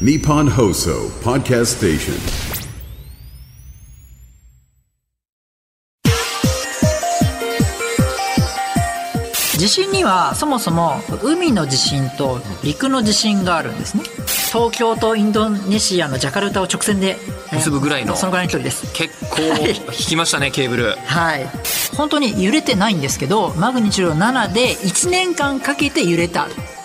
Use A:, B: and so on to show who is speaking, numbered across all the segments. A: Nippon Hoso Podcast Station.
B: 地震にはそもそも海の地震と陸の地震があるんですね東京とインドネシアのジャカルタを直線でえー
C: 結ぶぐらいの
B: そのぐらいの距離です
C: 結構
B: はい
C: 引きましたねケーブル
B: はい本当に揺れてないんですけどマグニチュード7で1年間かけて揺れた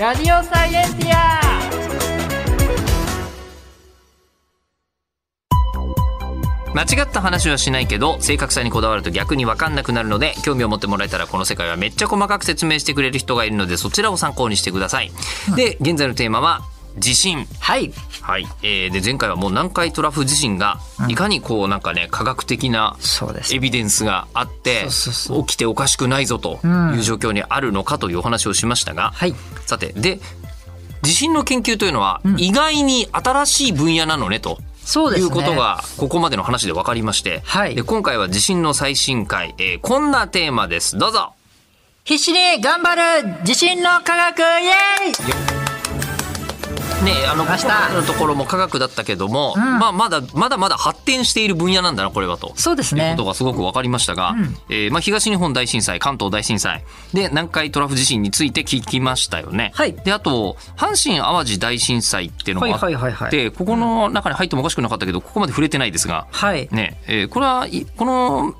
D: ラジオサイエンティア
C: 間違った話はしないけど正確さにこだわると逆に分かんなくなるので興味を持ってもらえたらこの世界はめっちゃ細かく説明してくれる人がいるのでそちらを参考にしてください。で現在のテーマは地震
B: はい
C: はい、えー、で前回はもう南海トラフ地震がいかにこうなんかね科学的な
B: そうです
C: エビデンスがあって
B: そうそうそ
C: 起きておかしくないぞという状況にあるのかというお話をしましたが、
B: はい
C: さてで地震の研究というのは意外に新しい分野なのねと。
B: そうですね
C: いうことがここまでの話で分かりまして、
B: はい
C: で今回は地震の最新回、えーこんなテーマですどうぞ
B: 必死に頑張る地震の科学イエーイ
C: ねあのこ
B: ました
C: このところも科学だったけども、まあ、まだまだまだ発展している分野なんだなこれはと
B: そうです
C: という
B: ね
C: ことがすごく分かりましたが、えーまあ、東日本大震災関東大震災で南海トラフ地震について聞きましたよね。
B: はい
C: であと阪神・淡路大震災っていうのもあって、
B: はいはいはいはい
C: ここの中に入ってもおかしくなかったけどここまで触れてないですが、
B: はい
C: ねえーこれはいこの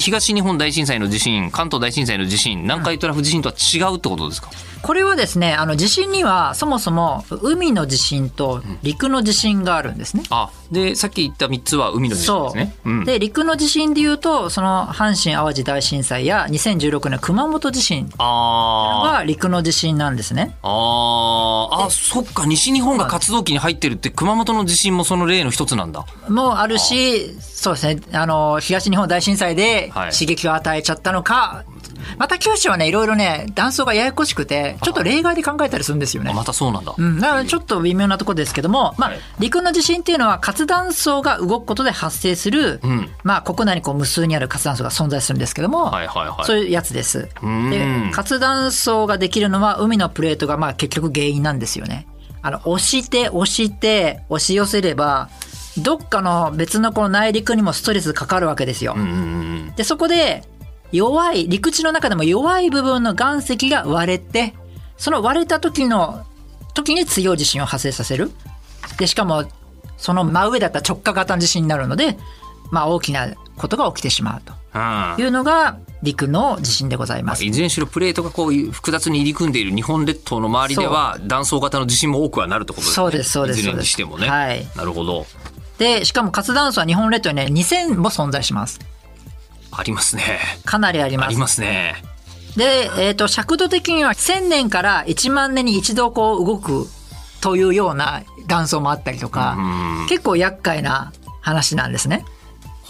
C: 東日本大震災の地震関東大震災の地震南海トラフ地震とは違うってことですか、
B: これはですねあの地震にはそもそも海の地震と陸の地震があるんですね。
C: あでさっき言った3つは海の地震で
B: そ
C: す
B: う
C: ね。うん
B: で陸の地震でいうとその阪神・淡路大震災や2016年熊本地震
C: あー
B: は陸の地震なんですね。
C: あーあそっか西日本が活動期に入ってるって熊本の地震もその例の一つなんだ。
B: もうあるしそうですねあの東日本大震災で
C: はい
B: 刺激を与えちゃったのか、また九州はねいろいろね断層がややこしくてちょっと例外で考えたりするんですよね
C: あ。またそうなんだ。
B: うん、だからちょっと微妙なところですけども、まあ
C: はい、
B: 陸の地震っていうのは活断層が動くことで発生する、
C: ん
B: まあ、国内にこう無数にある活断層が存在するんですけども、
C: はいはいはい。
B: そういうやつです。
C: ん
B: で活断層ができるのは海のプレートがまあ結局原因なんですよね。あの押して押して押し寄せればどっかの別のこの内陸にもストレスかかるわけですよ。
C: うんうんうん
B: でそこで弱い陸地の中でも弱い部分の岩石が割れてその割れた時の時に強い地震を発生させるでしかもその真上だったら直下型の地震になるので、まあ、大きなことが起きてしまうと
C: あ
B: いうのが陸の地震でございます。
C: いずれにしろプレートがこういう複雑に入り組んでいる日本列島の周りでは断層型の地震も多くはなるってことですね。
B: そうですそうです
C: いずれにしてもね。
B: はい
C: なるほど。
B: でしかも活断層は日本列島にね2000も存在します。
C: ありますね。
B: かなりあり
C: あ
B: ま
C: り
B: す。
C: ますね。
B: で、えっ、と、尺度的には1000年から1万年に一度こう動くというような断層もあったりとか、結構厄介な話なんですね。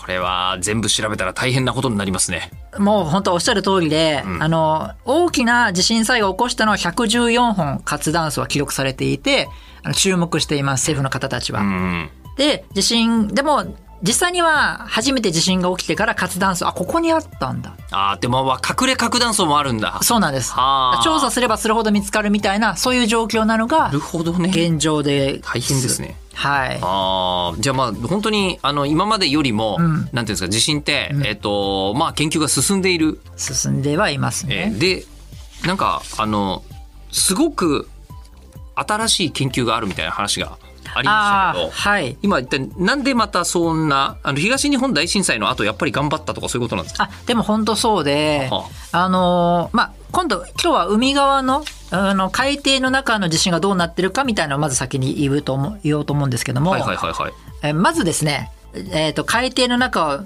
C: これは全部調べたら大変なことになりますね。
B: もう本当おっしゃる通りで、あの、大きな地震災害を起こしたのは114本活断層は記録されていて、あの注目しています、政府の方たちは。
C: うん。
B: で、地震、でも、実際には初めて地震が起きてから活断層、あ、ここにあったんだ。
C: ああ、でもまあ隠れ核断層もあるんだ。
B: そうなんです
C: はあ。
B: 調査すればするほど見つかるみたいな、そういう状況なのが
C: なる、ほどね。
B: 現状で。
C: 大変ですね。
B: はい。
C: ああ、じゃあまあ本当にあの今までよりも、なんていうんですか地震って、えっとまあ研究が進んでいる
B: 進んではいます
C: え
B: ね
C: ー。でなんかあのすごく新しい研究があるみたいな話がありま
B: あ
C: した
B: あ、
C: けど、
B: はい。
C: 今一体なんでまたそんなあの東日本大震災の後やっぱり頑張ったとかそういうことなんですか
B: あ、でも本当そうで
C: は、
B: あのーまあ、今度、今日は海側の、あの、海底の中の地震がどうなってるかみたいなのをまず先に言うと思う、言おうと思うんですけども、
C: はいはいはいはい。
B: えーまずですね、えっ、と、海底の中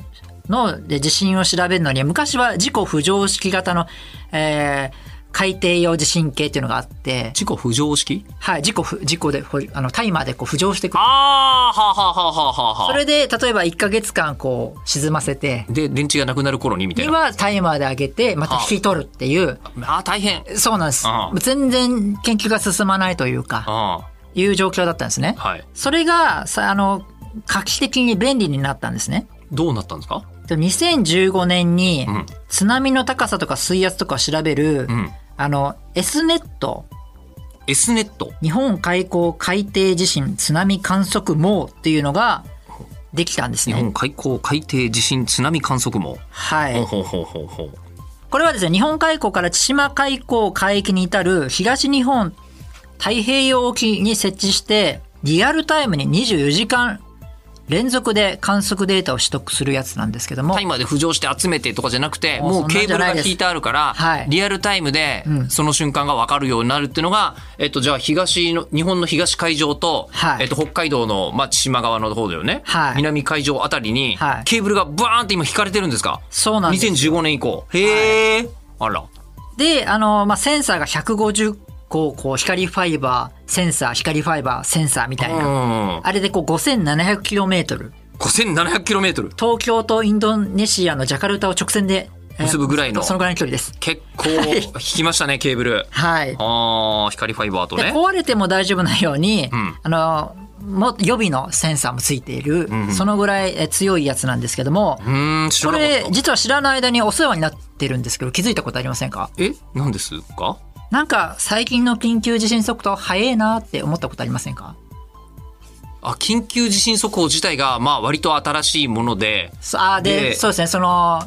B: のえー地震を調べるのに、昔は事故浮上式型の、えー海底洋地震計っていうのがあって、
C: 事故浮上式
B: はい、事故ふ、事故でこう、あの、タイマーでこう浮上してくる。
C: ああはあはあはあはあはあ
B: それで、例えば1ヶ月間こう、沈ませて、
C: で電池がなくなる頃にみたい
B: に
C: な
B: はタイマーで上げて、また引き取るっていう、
C: あー大変
B: そうなんです
C: ああ。
B: 全然研究が進まないというか、
C: あ
B: いう状況だったんですね
C: あ。はい
B: それが、さあの、画期的に便利になったんですね。
C: どうなったんですか
B: で2015年に
C: ん、
B: 津波の高さとか水圧とかを調べる、
C: うん
B: あの、S ネット、
C: S ネット
B: 日本海溝海底地震津波観測網っていうのができたんです
C: 日
B: ね。
C: 本海溝海底地震津波観測網
B: はい。
C: ほうほうほうほうほう
B: これはですね、日本海溝から千島海溝海域に至る東日本太平洋沖に設置して、リアルタイムに24時間連続で観測データを取得するやつなんですけども
C: タ、イマーで浮上して集めてとかじゃなくて
B: もう
C: もう
B: そん
C: ケ
B: な
C: ー
B: ん
C: ブ
B: じ
C: ル
B: ゃな
C: が
B: いです
C: 引いてあるから、
B: はい
C: リアルタイムで
B: ん
C: その瞬間が分かるようになるっていうのが、えっと、じゃあ東の日本の東海上と、
B: はい
C: えっと、北海道の、まあ、千島側の方だよね、
B: はい
C: 南海上あたりに、
B: はい
C: ケーブルがバーンって今引かれてるんですか
B: そうなんです。
C: 2015年以降へえ、あら
B: で、あの、まあ、センサーが150個、こう、光ファイバー、センサー、光ファイバー、センサーみたいな。
C: うん
B: あれでこう 5700km。
C: 5700km
B: 東京とインドネシアのジャカルタを直線でえー
C: 結ぶぐらいの
B: そのぐらいの距離です。
C: 結構引きましたねケーブル
B: はい。
C: あー光ファイバーと
B: で
C: ね
B: 壊れても大丈夫なように、
C: ん
B: あのも予備のセンサーもついている、そのぐらいえ強いやつなんですけども、
C: うーん知
B: こ
C: らなかった
B: れ実は知らない間にお世話になってるんですけど気づいたことありませんか
C: え何ですか
B: なんか最近の緊急地震速度早いなって思ったことありませんか
C: あ緊急地震速報自体がまあ割と新しいもので
B: そあーで
C: で
B: そうですねその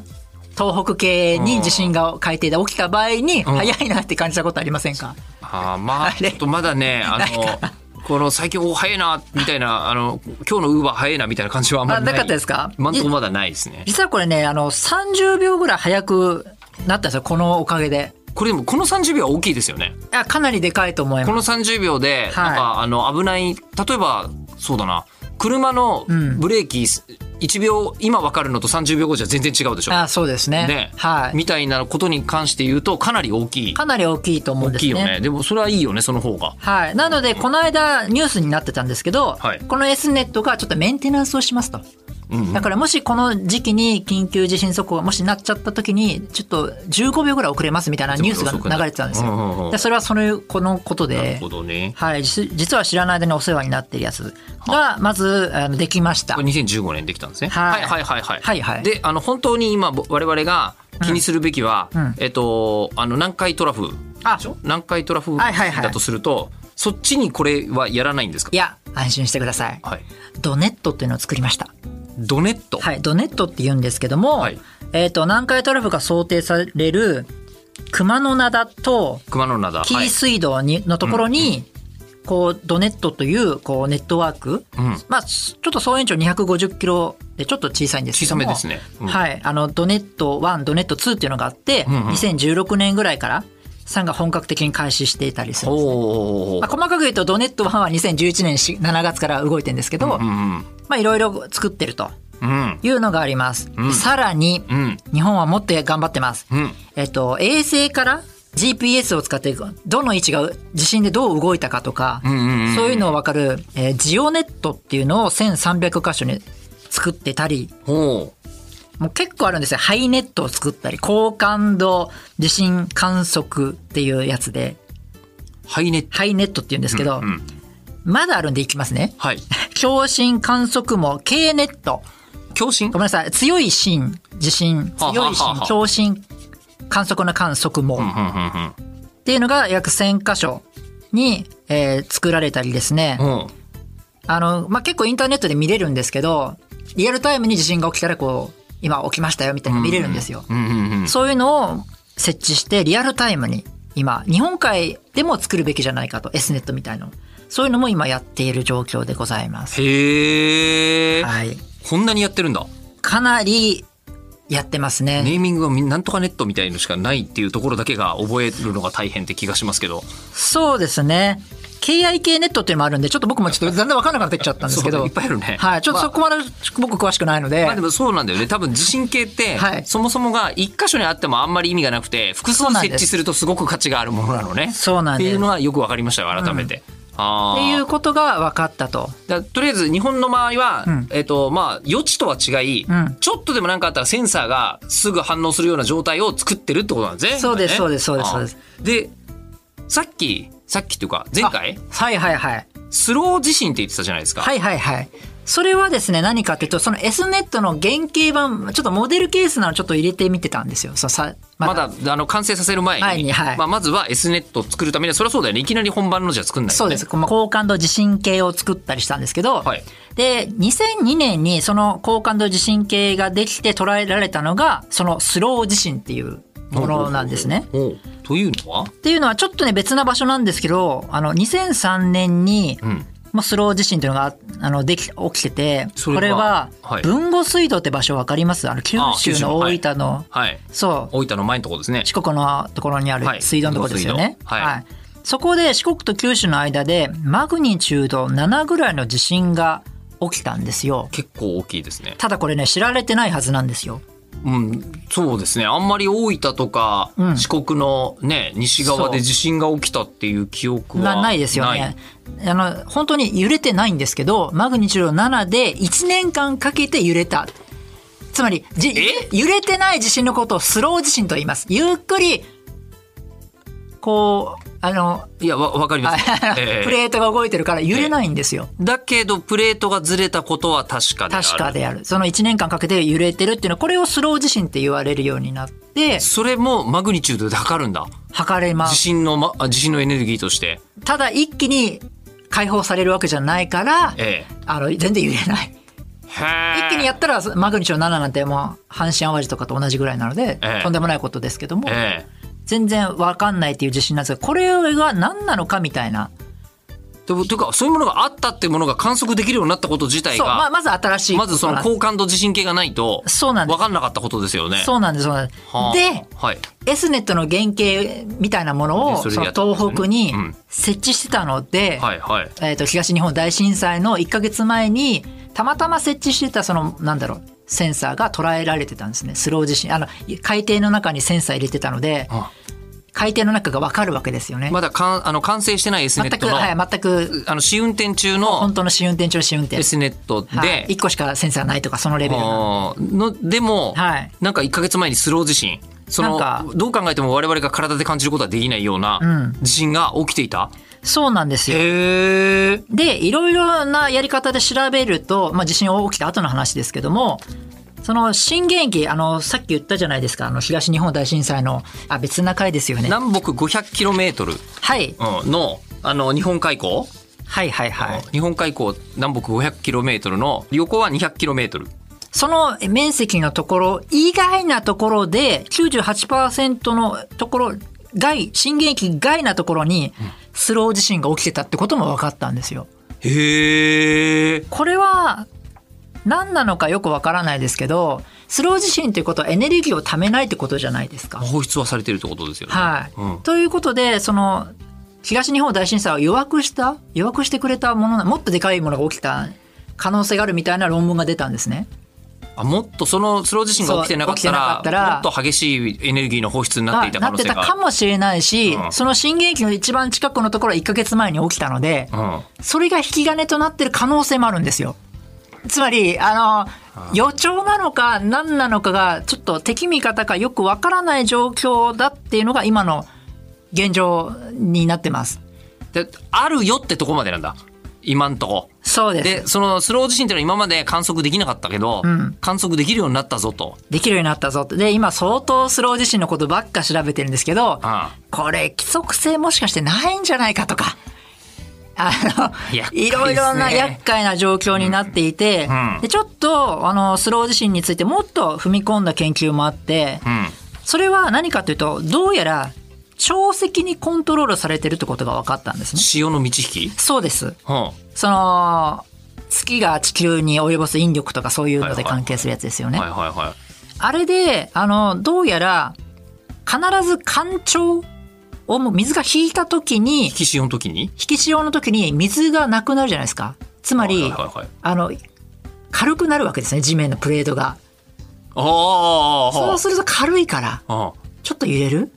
B: 東北系に地震が海底で起きた場合に
C: ん
B: 早いなって感じたことありませんか、
C: あーまあ
B: あ
C: ち
B: れ
C: ょっとまだねあのこの最近お早いなみたいなあの今日のウーバー早いなみたいな感じはあんま
B: あ
C: りない
B: なかったですか
C: 今んとこまだないですね
B: 実はこれねあの30秒ぐらい早くなったんですよこのおかげで
C: これでもこの30秒は大きいですよね
B: あかなりでかいと思います
C: この30秒で、
B: はい
C: なんか、あの、危ない、例えば、そうだな、車の
B: ん
C: ブレーキ、1秒、今分かるのと30秒後じゃ全然違うでしょ。
B: あそうですね。
C: ね、
B: はい。
C: みたいなことに関して言うと、かなり大きい。
B: かなり大きいと思うん
C: 大
B: です
C: きい
B: ね。
C: よね。でも、それはいいよね、その方が。
B: はい。なので、この間ニュースになってたんですけど、
C: はい
B: この S ネットがちょっとメンテナンスをしますと。だからもしこの時期に緊急地震速報がもしなっちゃった時にちょっと15秒ぐらい遅れますみたいなニュースが流れてたんです
C: うんうんうん
B: よ。でそれはそのこのこと
C: なる
B: で
C: ほ、どね。
B: はい、実実は知らない間にお世話になってるやつがまずあのできました
C: これ。2015年できたんですね。
B: はい
C: はいはいはい。
B: はいはい
C: で、あの、本当に今、ぼ我々が気にするべきは、
B: ん
C: えっと、あの、南海トラフ、
B: あ
C: 南海トラフ
B: はいはいはい
C: だとすると、そっちにこれはやらないんですか
B: いや安心してください。
C: はい。
B: ドネットっていうのを作りました。
C: ドネット。
B: はい、ドネットって言うんですけども、
C: はい
B: えっ、と、南海トラフが想定される熊野灘と
C: 熊野灘。は
B: 紀伊
C: い
B: 水道に、のところに、こう、ドネットという、こう、ネットワーク。
C: うん
B: まあ、ちょっと総延長250キロでちょっと小さいんですけども
C: 小さめですねうん
B: はい。あの、ドネット1、ドネット2っていうのがあって、
C: んうん
B: 2016年ぐらいから、さんが本格的に開始していたりするんですね。
C: おお
B: まあ、。細かく言うと、ドネット1は2011年し7月から動いてるんですけど、
C: う
B: ま
C: ん
B: あ、いろいろ作ってると。
C: うん
B: いうのがあります。さらに、
C: ん
B: 日本はもっと頑張ってます。
C: うん
B: えっと、衛星から GPS を使って、どの位置が地震でどう動いたかとか、そういうのを分かる、えージオネットっていうのを1300箇所に作ってたり、
C: ほ
B: もう結構あるんですよ。ハイネットを作ったり、高感度地震観測っていうやつで、
C: うハイネット
B: ハイネットって言うんですけど、
C: うん
B: まだあるんでいきますね。
C: はい
B: 共振観測網、K ネット。
C: 共振
B: ごめんなさい。強い芯、地震、
C: はあはあは
B: 強
C: あ
B: い芯、強振、観測の観測網
C: うん
B: っ
C: うんうん
B: ていうのが約1000箇所に、えー作られたりですね。
C: うんうん
B: あの、まあ、結構インターネットで見れるんですけど、リアルタイムに地震が起きたらこう、今起きましたよみたいなの見れるんですよ。
C: うんうんうん
B: そういうのを設置してリアルタイムに今、日本海でも作るべきじゃないかと、S ネットみたいの。そういうのも今やっている状況でございます。
C: へえ
B: はい。
C: こんなにやってるんだ
B: かなりやってますね。
C: ネーミングがみなんとかネットみたいのしかないっていうところだけが覚えるのが大変って気がしますけど
B: そうですね。 KIK ネットっていうのもあるんで、ちょっと僕もちょっとだんだん分からなくなってきちゃったんですけ
C: そう
B: ど。
C: ねいっぱいあるね
B: はい。ちょっとそこまで僕詳しくないので。
C: まあでもそうなんだよね。多分地震計って、
B: はい
C: そもそもが一箇所にあってもあんまり意味がなくて、複数
B: そうなんです
C: 設置するとすごく価値があるものなのね。
B: そうなんです
C: っていうのはよくわかりましたよ、改めて。あ
B: っ
C: あ。
B: ていうことが分かったと。
C: だとりあえず日本の場合は、
B: ん
C: えっとまあ、予知とは違い、
B: ん
C: ちょっとでも何かあったらセンサーがすぐ反応するような状態を作ってるってことなんですね。
B: そうです
C: 今ね
B: そうですそうです。
C: あーでさっきさっきというか前回
B: あはいはいはい。
C: スロー地震って言ってたじゃないですか。
B: はいはいはい。それはですね、何かっていうと、その S ネットの原型版、ちょっとモデルケースなのちょっと入れてみてたんですよ。そうさ
C: まだあの完成させる前に
B: 前にはい
C: まあ、まずは S ネットを作るためにはそれはそうだよねいきなり本番のじゃ作んないよね
B: そうです。まあ高感度地震計を作ったりしたんですけど、
C: はい
B: で、2002年にその高感度地震計ができて捉えられたのが、そのスロー地震っていうものなんですね。
C: おうというのは
B: っていうのはちょっとね、別な場所なんですけど、あの、2003年に、
C: ん
B: まあ、スロー地震というのが、あの、でき、起きてて、
C: そ
B: こ
C: れ
B: れ
C: は
B: は
C: はい、
B: 豊後水道って場所わかりますあの、九
C: あ九
B: 州
C: 州
B: の
C: のはい
B: 大分の、
C: はい
B: そう、
C: 大分の前のところですね
B: 四国のところにある
C: はい
B: 水道のところですよね。
C: 水道はい
B: そこで四国と九州の間でマグニチュード7ぐらいの地震が起きたんですよ。
C: 結構大きいですね
B: ただこれね、知られてないはずなんですよ。
C: うんそうですねあんまり大分とか
B: ん
C: 四国のね西側で地震が起きたっていう記憶は
B: なないですよ
C: ない
B: ね。あの、本当に揺れてないんですけど、マグニチュード7で1年間かけて揺れた。つまり、じ
C: え
B: 揺れてない地震のことをスロー地震と言います。ゆっくり、こう、あの、
C: いやわわかります、ええ
B: プレートが動いてるから揺れないんですよ。
C: だけどプレートがずれたことは確かである
B: 確かである。その1年間かけて揺れてるっていうのは、これをスロー地震って言われるようになって、
C: それもマグニチュードで測るんだ
B: 測れます。
C: 地震の、ま、あ地震のエネルギーとして
B: ただ一気に解放されるわけじゃないから、
C: ええ
B: あの、全然揺れない。
C: 一
B: 一気にやったら、マグニチュード7なんてもう、阪神淡路とかと同じぐらいなので、
C: ええ
B: とんでもないことですけども、
C: え
B: 全然わかんないっていう地震なんですが、これが何なのかみたいな。
C: えとというかそういうものがあったっていうものが観測できるようになったこと自体
B: そう、まあ、
C: が
B: まず新しいこ
C: ま
B: となん
C: ず
B: です。
C: その高感度地震計がないと
B: そうなんです
C: 分かんなかったことですよね。
B: そうなんです、そうなんです。
C: はあ
B: で、
C: はい、
B: エスネットの原型みたいなものを
C: でそ
B: そ
C: れ
B: の
C: やったんですね
B: 東北に
C: うん
B: 設置してたので、
C: はい、はい。
B: えー、と東日本大震災の1か月前にたまたま設置してたそのなんだろうセンサーが捉えられてたんですねスロー地震あの海底の中にセンサー入れてたので
C: あ
B: 海底の中が分かるわけですよね、
C: まだかんあの完成してない S ネ
B: 全
C: ッ
B: く、
C: トの,、
B: はい、全く
C: あの試運転中の
B: 本当の試運転中の試運転
C: S ネットで、
B: はい、1個しかセンサーないとかそのレベルの
C: あーのでも、
B: はい
C: なんか1か月前にスロー地震そ
B: な
C: の
B: んか
C: どう考えても我々が体で感じることはできないような地震が起きていた。
B: そうなんですよ
C: へえ。
B: でいろいろなやり方で調べると、まあ、地震が起きた後の話ですけどもその震源域あのさっき言ったじゃないですかあの東日本大震災のあ別な回ですよね
C: 南北 500km
B: はい
C: うんのあの日本海溝、
B: はいはいはい
C: 日本海溝南北 500km の横は 200km
B: その面積のところ以外なところで98%のところ外震源域外なところにスロー地震が起きてたってことも分かったんですよ。
C: へえ
B: これは何なのかよくわからないですけどスロー地震ということはエネルギーを貯めないってことじゃないですか。
C: 放出はされてるってことですよね、
B: はい、
C: うん
B: ということでその東日本大震災を弱くした弱くしてくれたものなもっとでかいものが起きた可能性があるみたいな論文が出たんですね。
C: あもっとそのスロー地震が起きてなかった
B: そう
C: ら
B: 起きてなかったら
C: もっと激しいエネルギーの放出になっていた可能性
B: なってた
C: が
B: かもしれないし、
C: うん
B: その震源域の一番近くのところは1ヶ月前に起きたので、
C: うん
B: それが引き金となってる可能性もあるんですよ。つまり、あの、予兆なのか何なのかが、ちょっと敵味方かよくわからない状況だっていうのが今の現状になってます。
C: であるよってとこまでなんだ今んとこ
B: そうです。
C: でそのスロー地震っていうのは今まで観測できなかったけど、観測できるようになったぞと
B: できるようになったぞって。で、今相当スロー地震のことばっか調べてるんですけど、
C: ああ
B: これ規則性もしかしてないんじゃないかとか、あの、
C: 厄介ですね
B: いろいろな厄介な状況になっていて、
C: うんうん
B: でちょっと、あの、スロー地震についてもっと踏み込んだ研究もあって、
C: うん
B: それは何かというと、どうやら、潮汐にコントロールされてるってことが分かったんですね。
C: 潮の満ち引き、
B: そうです。
C: うん
B: その、月が地球に及ぼす引力とかそういうので関係するやつですよね。
C: はいはいはい
B: あれで、あの、どうやら、必ず干潮をもう水が引いた時に、
C: 引き潮の時に
B: 引き潮の時に水がなくなるじゃないですか。つまり、
C: はいはいはい
B: あの、軽くなるわけですね、地面のプレートが。
C: ああ
B: そうすると軽いから、
C: あ
B: ちょっと揺れる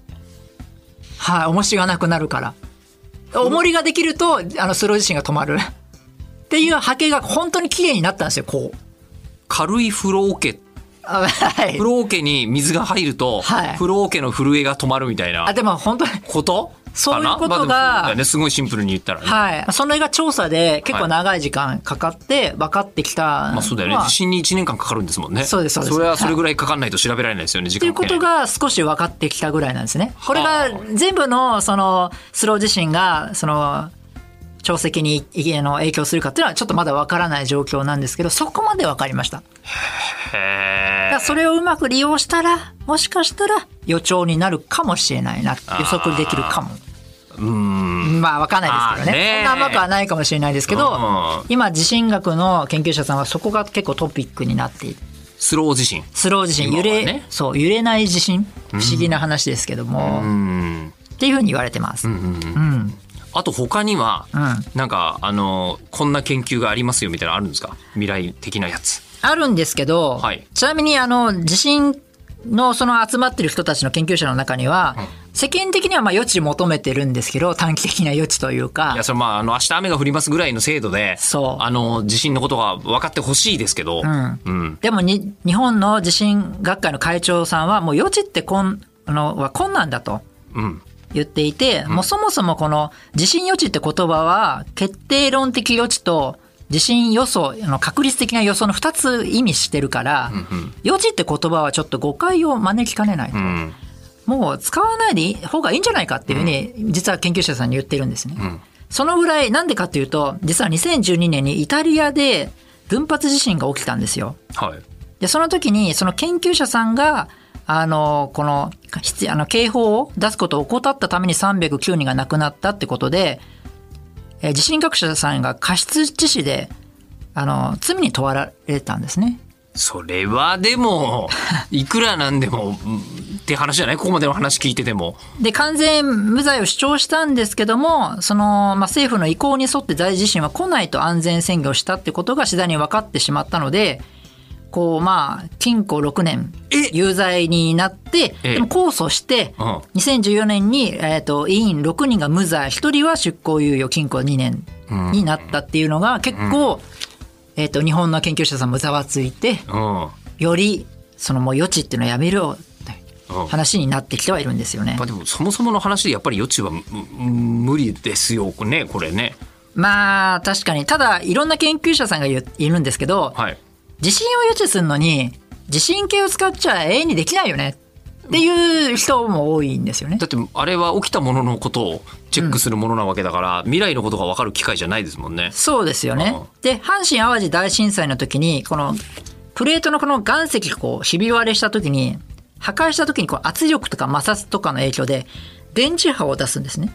B: はい、重しがなくなるから。重りができると、あの、スロー自身が止まる。っていう波形が本当に綺麗になったんですよ、こう。
C: 軽い風呂桶
B: あはい
C: 風。呂桶に水が入ると、
B: はい
C: 風呂桶の震えが止まるみたい
B: あ、
C: な
B: でも本当に、
C: こと
B: そういうことが
C: かなまあでもそうだよねすごいシンプルに言ったらね、
B: はい。それが調査で結構長い時間かかって分かってきた。
C: まあそうだよね、地震に1年間かかるんですもんね
B: そうですそうです
C: れはそれぐらいかかんないと調べられないですよね時
B: とい
C: 間
B: うことが少し分かってきたぐらいなんですね。これ
C: は
B: が
C: あ
B: 全部のそのスロー地震がその潮汐にいあの影響するかっていうのはちょっとまだ分からない状況なんですけどそこまで分かりました。だか
C: へ
B: らそれをうまく利用したらもしかしたら予兆になるかもしれないな予測できるかも。まあ分かんないですけどね
C: まあ
B: そ
C: ね
B: んな甘くはないかもしれないですけど、
C: うん
B: 今地震学の研究者さんはそこが結構トピックになっていて。
C: えスロー地震
B: スロー地震、
C: 今は
B: 揺れ、
C: ね
B: そう、揺れない地震、不思議な話ですけども、っていうふうに言われてます。
C: あと他には、
B: ん
C: なんかあのこんな研究がありますよみたいなのあるんですか未来的なやつ
B: あるんですけど、
C: はい
B: ちなみに、あの、地震のその集まってる人たちの研究者の中には、世間的にはまあ余地求めてるんですけど、短期的な余地というか
C: いや、それまあ、あの、明日雨が降りますぐらいの精度で、
B: そう
C: あの、地震のことが分かってほしいですけど、うん。
B: でもに、日本の地震学会の会長さんは、もう余地ってこん、あの、は困難だと。
C: ん
B: 言っていて、もうそもそもこの地震予知って言葉は決定論的予知と地震予想、あの確率的な予想の2つ意味してるから、予知って言葉はちょっと誤解を招きかねないと。
C: ん
B: もう使わないでいい方がいいんじゃないかっていうふうに、実は研究者さんに言ってるんですね。そのぐらい、なんでかというと、実は2012年にイタリアで群発地震が起きたんですよ。
C: はい。
B: で、その時に、その研究者さんが、あの、この、必あの警報を出すことを怠ったために309人が亡くなったってことで、えー地震学者さんが過失致死で、あの、罪に問われたんですね。
C: それは でも、いくらなんでも、うんって話じゃないここまでの話聞いてても。
B: で、完全無罪を主張したんですけども、その、まあ、政府の意向に沿って大地震は来ないと安全宣言をしたってことが次第に分かってしまったので、こう、まあ、禁錮6年
C: え、
B: 有罪になって、
C: え
B: でも控訴して、
C: うん
B: 2014年に、えっ、と、委員6人が無罪、1人は執行猶予禁錮2年になったっていうのが結構、えっ、と、日本の研究者さんもざわついて、
C: うん。ま
B: より、そのもう余地っていうのはやめろって
C: うん
B: 話になってきてはいるんですよね。
C: あでも、そもそもの話で、やっぱり余地はむ無理ですよね、これね。
B: まあ確かにただいろんな研究者さんが言ういるんですけど、
C: はい。
B: 地震を予知するのに地震計を使っちゃ永遠にできないよねっていう人も多いんですよね
C: だ。って、あれは起きたもののことをチェックするものなわけだから、未来のことが分かる機会じゃないですもんね。
B: そうですよね
C: うん。
B: で阪神・淡路大震災の時にこのプレートのこの岩石がこうひび割れした時に破壊した時にこう圧力とか摩擦とかの影響で電磁波を出すんですね。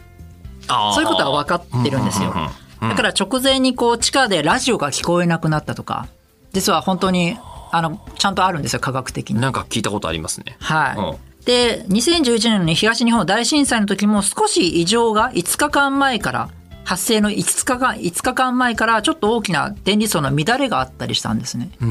C: あー
B: そういうことは分かってるんですよ。だから直前にこう地下でラジオが聞こえなくなったとか、実は本当にあのちゃんとあるんですよ、科学的に。
C: なんか聞いたことありますね。うん
B: はい。で、2011年の東日本大震災の時も少し異常が5日間前から、発生の5日間、5日間前からちょっと大きな電離層の乱れがあったりしたんですね。
C: うー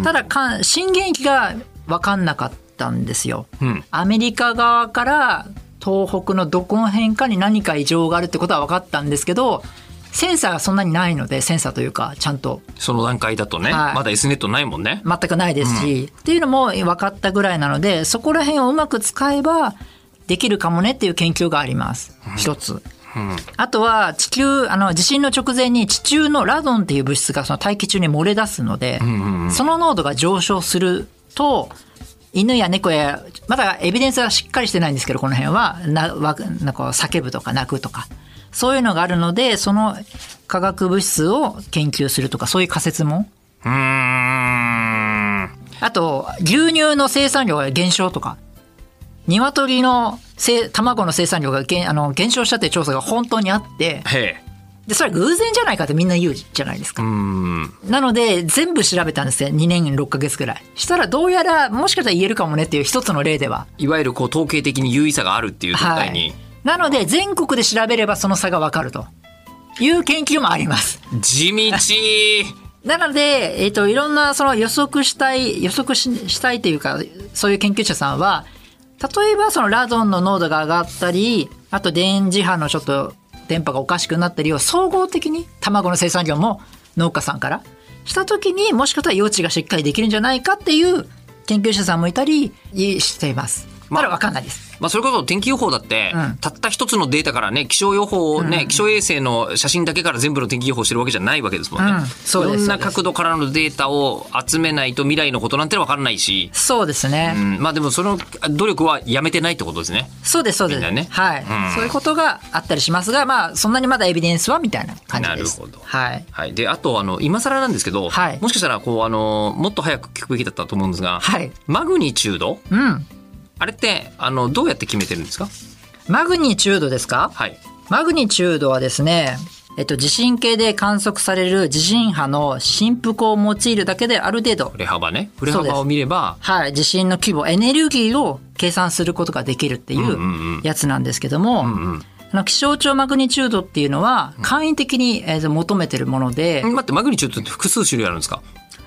C: ん。
B: ただかん、震源域が分かんなかったんですよ。
C: ん
B: アメリカ側から東北のどこの辺かに何か異常があるってことは分かったんですけど、センサーがそんなにないので、センサーというか、ちゃんと
C: その段階だとね、
B: はい
C: まだ S ネットないもんね。
B: 全くないですし、っていうのも分かったぐらいなので、そこら辺をうまく使えばできるかもねっていう研究があります。一つ。あとは地球、あの地震の直前に地中のラドンっていう物質がその大気中に漏れ出すので、その濃度が上昇すると、犬や猫や、まだエビデンスはしっかりしてないんですけど、この辺は、な、わ、なんか叫ぶとか泣くとか、そういうのがあるので、その化学物質を研究するとか、そういう仮説も
C: うーん。
B: あと、牛乳の生産量が減少とか、鶏のせ卵の生産量が減あの減少したという調査が本当にあって、
C: へえ。
B: で、それは偶然じゃないかってみんな言うじゃないですか。なので、全部調べたんですね。2年6ヶ月くらい。したら、どうやら、もしかしたら言えるかもねっていう一つの例では。
C: いわゆるこう統計的に優位さがあるっていう状態に。
B: なので、全国で調べればその差がわかるという研究もあります。
C: 地道
B: なので、えっ、と、いろんなその予測したい、予測ししたいというか、そういう研究者さんは、例えばそのラドンの濃度が上がったり、あと電磁波のちょっと電波がおかしくなったりを総合的に卵の生産量も農家さんからした時にもしかしたら用地がしっかりできるんじゃないかっていう研究者さんもいたりしています。まだわかんないです。
C: まあそれこそ天気予報だって、
B: うん
C: たった一つのデータからね、気象予報をね、気象衛星の写真だけから全部の天気予報をしてるわけじゃないわけですもんね。
B: うんそうです
C: いろん
B: そ
C: な
B: うです
C: 角度からのデータを集めないと未来のことなんてわからないし、
B: そうですね。
C: うん、まあでもその努力はやめてないってことですね。
B: そうです、そうです。
C: みんなね
B: はい、
C: うん
B: そういうことがあったりしますが、まあ、そんなにまだエビデンスはみたいな感じです。
C: なるほど
B: はい。
C: はい、であとあの今更なんですけど、
B: はい
C: もしかしたらこうあのもっと早く聞くべきだったと思うんですが、
B: はい
C: マグニチュード
B: うん。
C: あれってあのどうやって決めてるんですか、
B: マグニチュードですか
C: はい、
B: マグニチュードはですね、えっと、地震計で観測される地震波の振幅を用いるだけである程度
C: 振、れ幅ね振れ
B: そうです
C: 幅を見れば
B: はい、地震の規模、エネルギーを計算することができるってい
C: んうんう
B: うやつなんですけども、
C: んうん
B: あの気象庁マグニチュードっていうのは、簡易的に、えーと求めてるもので、
C: 待ってマグニチュードって複数種類あるんですか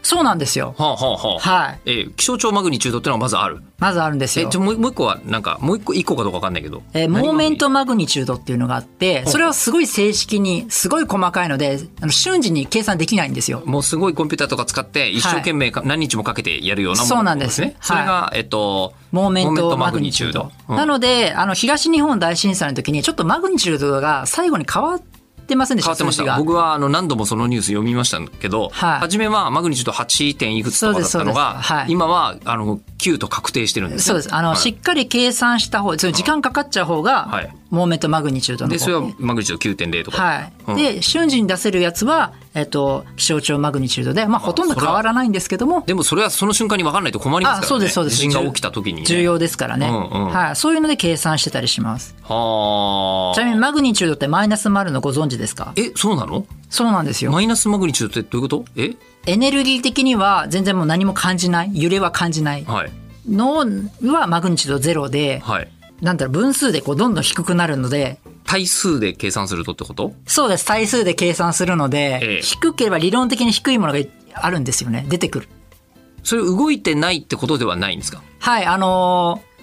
B: そうなんですよ。
C: はあはあはあ、
B: はい
C: えー気象庁マグニチュードってのはまずある
B: まずあるんです
C: え
B: よ
C: じゃ。あもうもう一個はなんかもう一個一個かどうかわかんないけど
B: えーモー
C: 何マグニ
B: メントマグニチュードっていうのがあって、それはすごい正式に、すごい細かいので、あの瞬時に計算できないんですよ。
C: もうすごいコンピューターとか使って一生懸命か、何日もかけてやるようなもの
B: そうなんです
C: ねそれが、えっと
B: モーメントマグニチュー
C: モ
B: ド
C: メン。トマグニチュードうん
B: なので、あの、東日本大震災の時に、ちょっとマグニチュードが最後に変わってませんでした
C: 変わってまし
B: 数字
C: た
B: が
C: 僕はあの何度もそのニュース読みましたけど、
B: はい
C: 初めはマグニチュード 8. 点いくつとかだったのが、
B: そうですそうですはい
C: 今はあの9と確定してるんです、ね、
B: そうです。あの、
C: はい
B: しっかり計算した方、その時間かかっちゃう方が、
C: はい
B: モーメントマグニチュードの方
C: でそれはマグニチュード9.0とか、
B: はい。
C: うん
B: で、瞬時に出せるやつは、えっと、気象庁マグニチュードで、まあ、ほとんど変わらないんですけども、
C: でもそれはその瞬間に分かんないと困りますから、ね、
B: あそうですそうです
C: 地震が起きた時に、ね、
B: 重要ですからね。
C: うんうん
B: はい。そういうので計算してたりします。
C: は
B: ちなみに
C: あ
B: マグニチュードってマイナスもあるのご存知ですか
C: えそうなの
B: そうなんですよ。
C: マイナスマグニチュードってどういうことえ
B: エネルギー的には全然もう何も感じない、揺れは感じない
C: はい
B: のはマグニチュードゼロで、
C: はい
B: なんだろう、分数でこうどんどん低くなるので、
C: 対数で計算するとってこと
B: そうです、対数で計算するので、
C: ええ
B: 低ければ理論的に低いものがあるんですよね、出てくる。
C: それ動いてないってことではないんですか
B: はい、あのー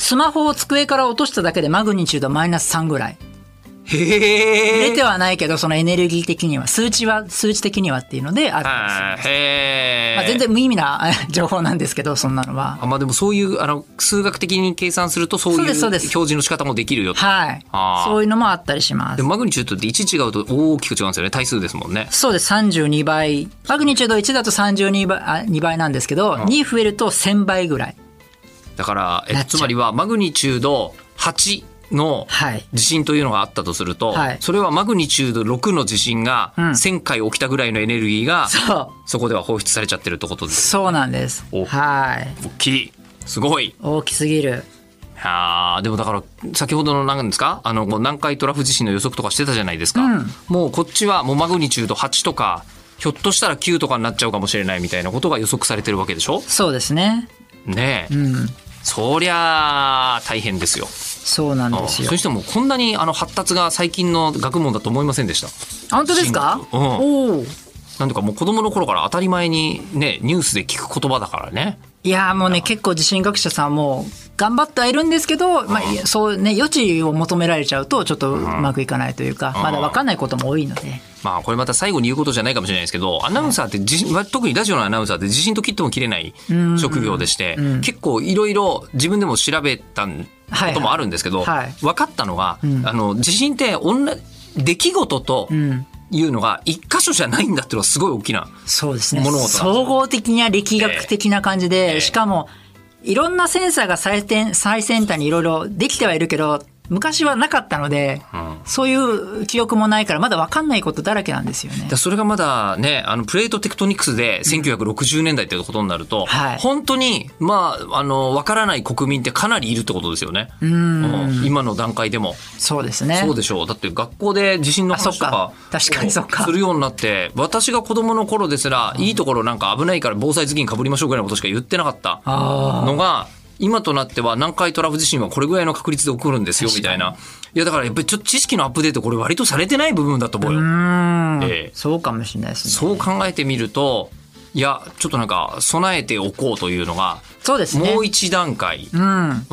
B: スマホを机から落としただけでマグニチュードマイナス3ぐらい。
C: へ
B: 出てはないけど、そのエネルギー的には、数値は、数値的にはっていうのであるんですよ。
C: あーへえ、
B: まあ、全然無意味な 情報なんですけど、そんなのは。
C: あまあでもそういうあの数学的に計算するとそういう
B: そうですそう
C: 表
B: です
C: 示の仕方もできるよと
B: はい
C: あー。
B: そういうのもあったりしま。
C: ですもマグニチュードって1違うと大きく違うんですよね対数ですもんね
B: そうです、32倍。マグニチュード1だと32倍あ2倍なんですけど、2増えると1000倍ぐらい。
C: だからえ
B: なっちゃ
C: つ
B: う
C: まりはマグニチュード8の
B: はい
C: 地震というのがあったとすると、
B: はい
C: それはマグニチュード6の地震が
B: ん
C: 1000回起きたぐらいのエネルギーが
B: そう。
C: そこでは放出されちゃってるってことです
B: そうなんです
C: お。
B: はい。
C: 大きいすごい
B: 大きすぎる。
C: あーでもだから先ほどの何ですかあのこう南海トラフ地震の予測とかしてたじゃないですか、もうこっちはもうマグニチュード8とかひょっとしたら9とかになっちゃうかもしれないみたいなことが予測されてるわけでしょ
B: そうですね。
C: ねえ、
B: うん。
C: そりゃあ大変ですよ
B: そうなんですよ
C: それ。にしてもこんなにあの発達が最近の学問だと思いませんでした
B: あ本当ですか
C: うん
B: おー
C: なんとかもう子供の頃から当たり前にねニュースで聞く言葉だからね
B: いやーもうね、結構地震学者さんも頑張ってはいるんですけど、まあ、いやそうね、余地を求められちゃうと、ちょっとうまくいかないというか、まだ分かんないことも多いので。
C: まあこれまた最後に言うことじゃないかもしれないですけど、アナウンサーって自信、まあ特にラジオのアナウンサーって自信と切っても切れない職業でして、結構いろいろ自分でも調べたん
B: はい
C: こともあるんですけど、
B: はい
C: 分かったのが、あの、自信って同じ、出来事というのが一箇所じゃないんだっていうのはすごい大きな。
B: そうですね。
C: 物事なんですよ
B: 総合的には力学的な感じ
C: ええ
B: で、しかも、いろんなセンサーが最先最先端にいろいろできてはいるけど、昔はなかったので、そういう記憶もないから、まだ分かんないことだらけなんですよね
C: だ。それがまだね、あの、プレートテクトニクスで1960年代ってことになると、
B: はい
C: 本当に、まあ、あの、わからない国民ってかなりいるってことですよね。うん今の段階でも。
B: そうですね。
C: そうでしょう。だって学校で地震の話と
B: あ
C: か
B: そっか確かにそっか
C: するようになって、私が子供の頃ですら、いいところなんか危ないから防災頭巾かぶりましょうぐらいのことしか言ってなかったのが、今となっては南海トラフ地震はこれぐらいの確率で起こるんですよ、みたいな。いや、だからやっぱりちょっと知識のアップデート、これ割とされてない部分だと思うよ。ええ
B: そうかもしれないですね。
C: そう考えてみると、いや、ちょっとなんか、備えておこうというのが、
B: そうですね
C: もう一段階、うん、
B: うん。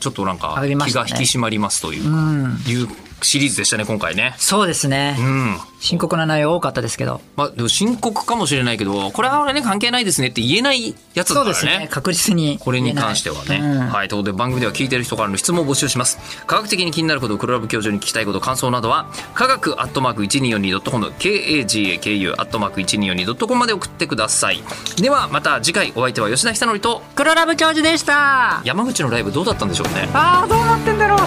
C: ちょっとなんか、
B: 上がりまし
C: 気
B: た
C: が
B: ね
C: 引き締まりますというか、いうシリーズでしたね、今回ね。
B: そうですね。
C: うん。
B: 深刻な内容多かったですけど。
C: まあ、でも深刻かもしれないけど、これは俺ね、関係ないですねって言えないやつだ
B: そう
C: か
B: で
C: ら
B: す
C: ね
B: ね。。確実に。
C: これに関してはね。
B: うん
C: はい。ということで番組では聞いている人からの質問を募集します。科学的に気になることを黒ラブ教授に聞きたいこと、感想などは、科学アットマーク 1242.com、kagaku アットマーク 1242.com まで送ってください。では、また次回お相手は吉田久典と
B: 黒ラブ教授でした。
C: 山口のライブどうだったんでしょうね。
B: ああ、どうなってんだろう。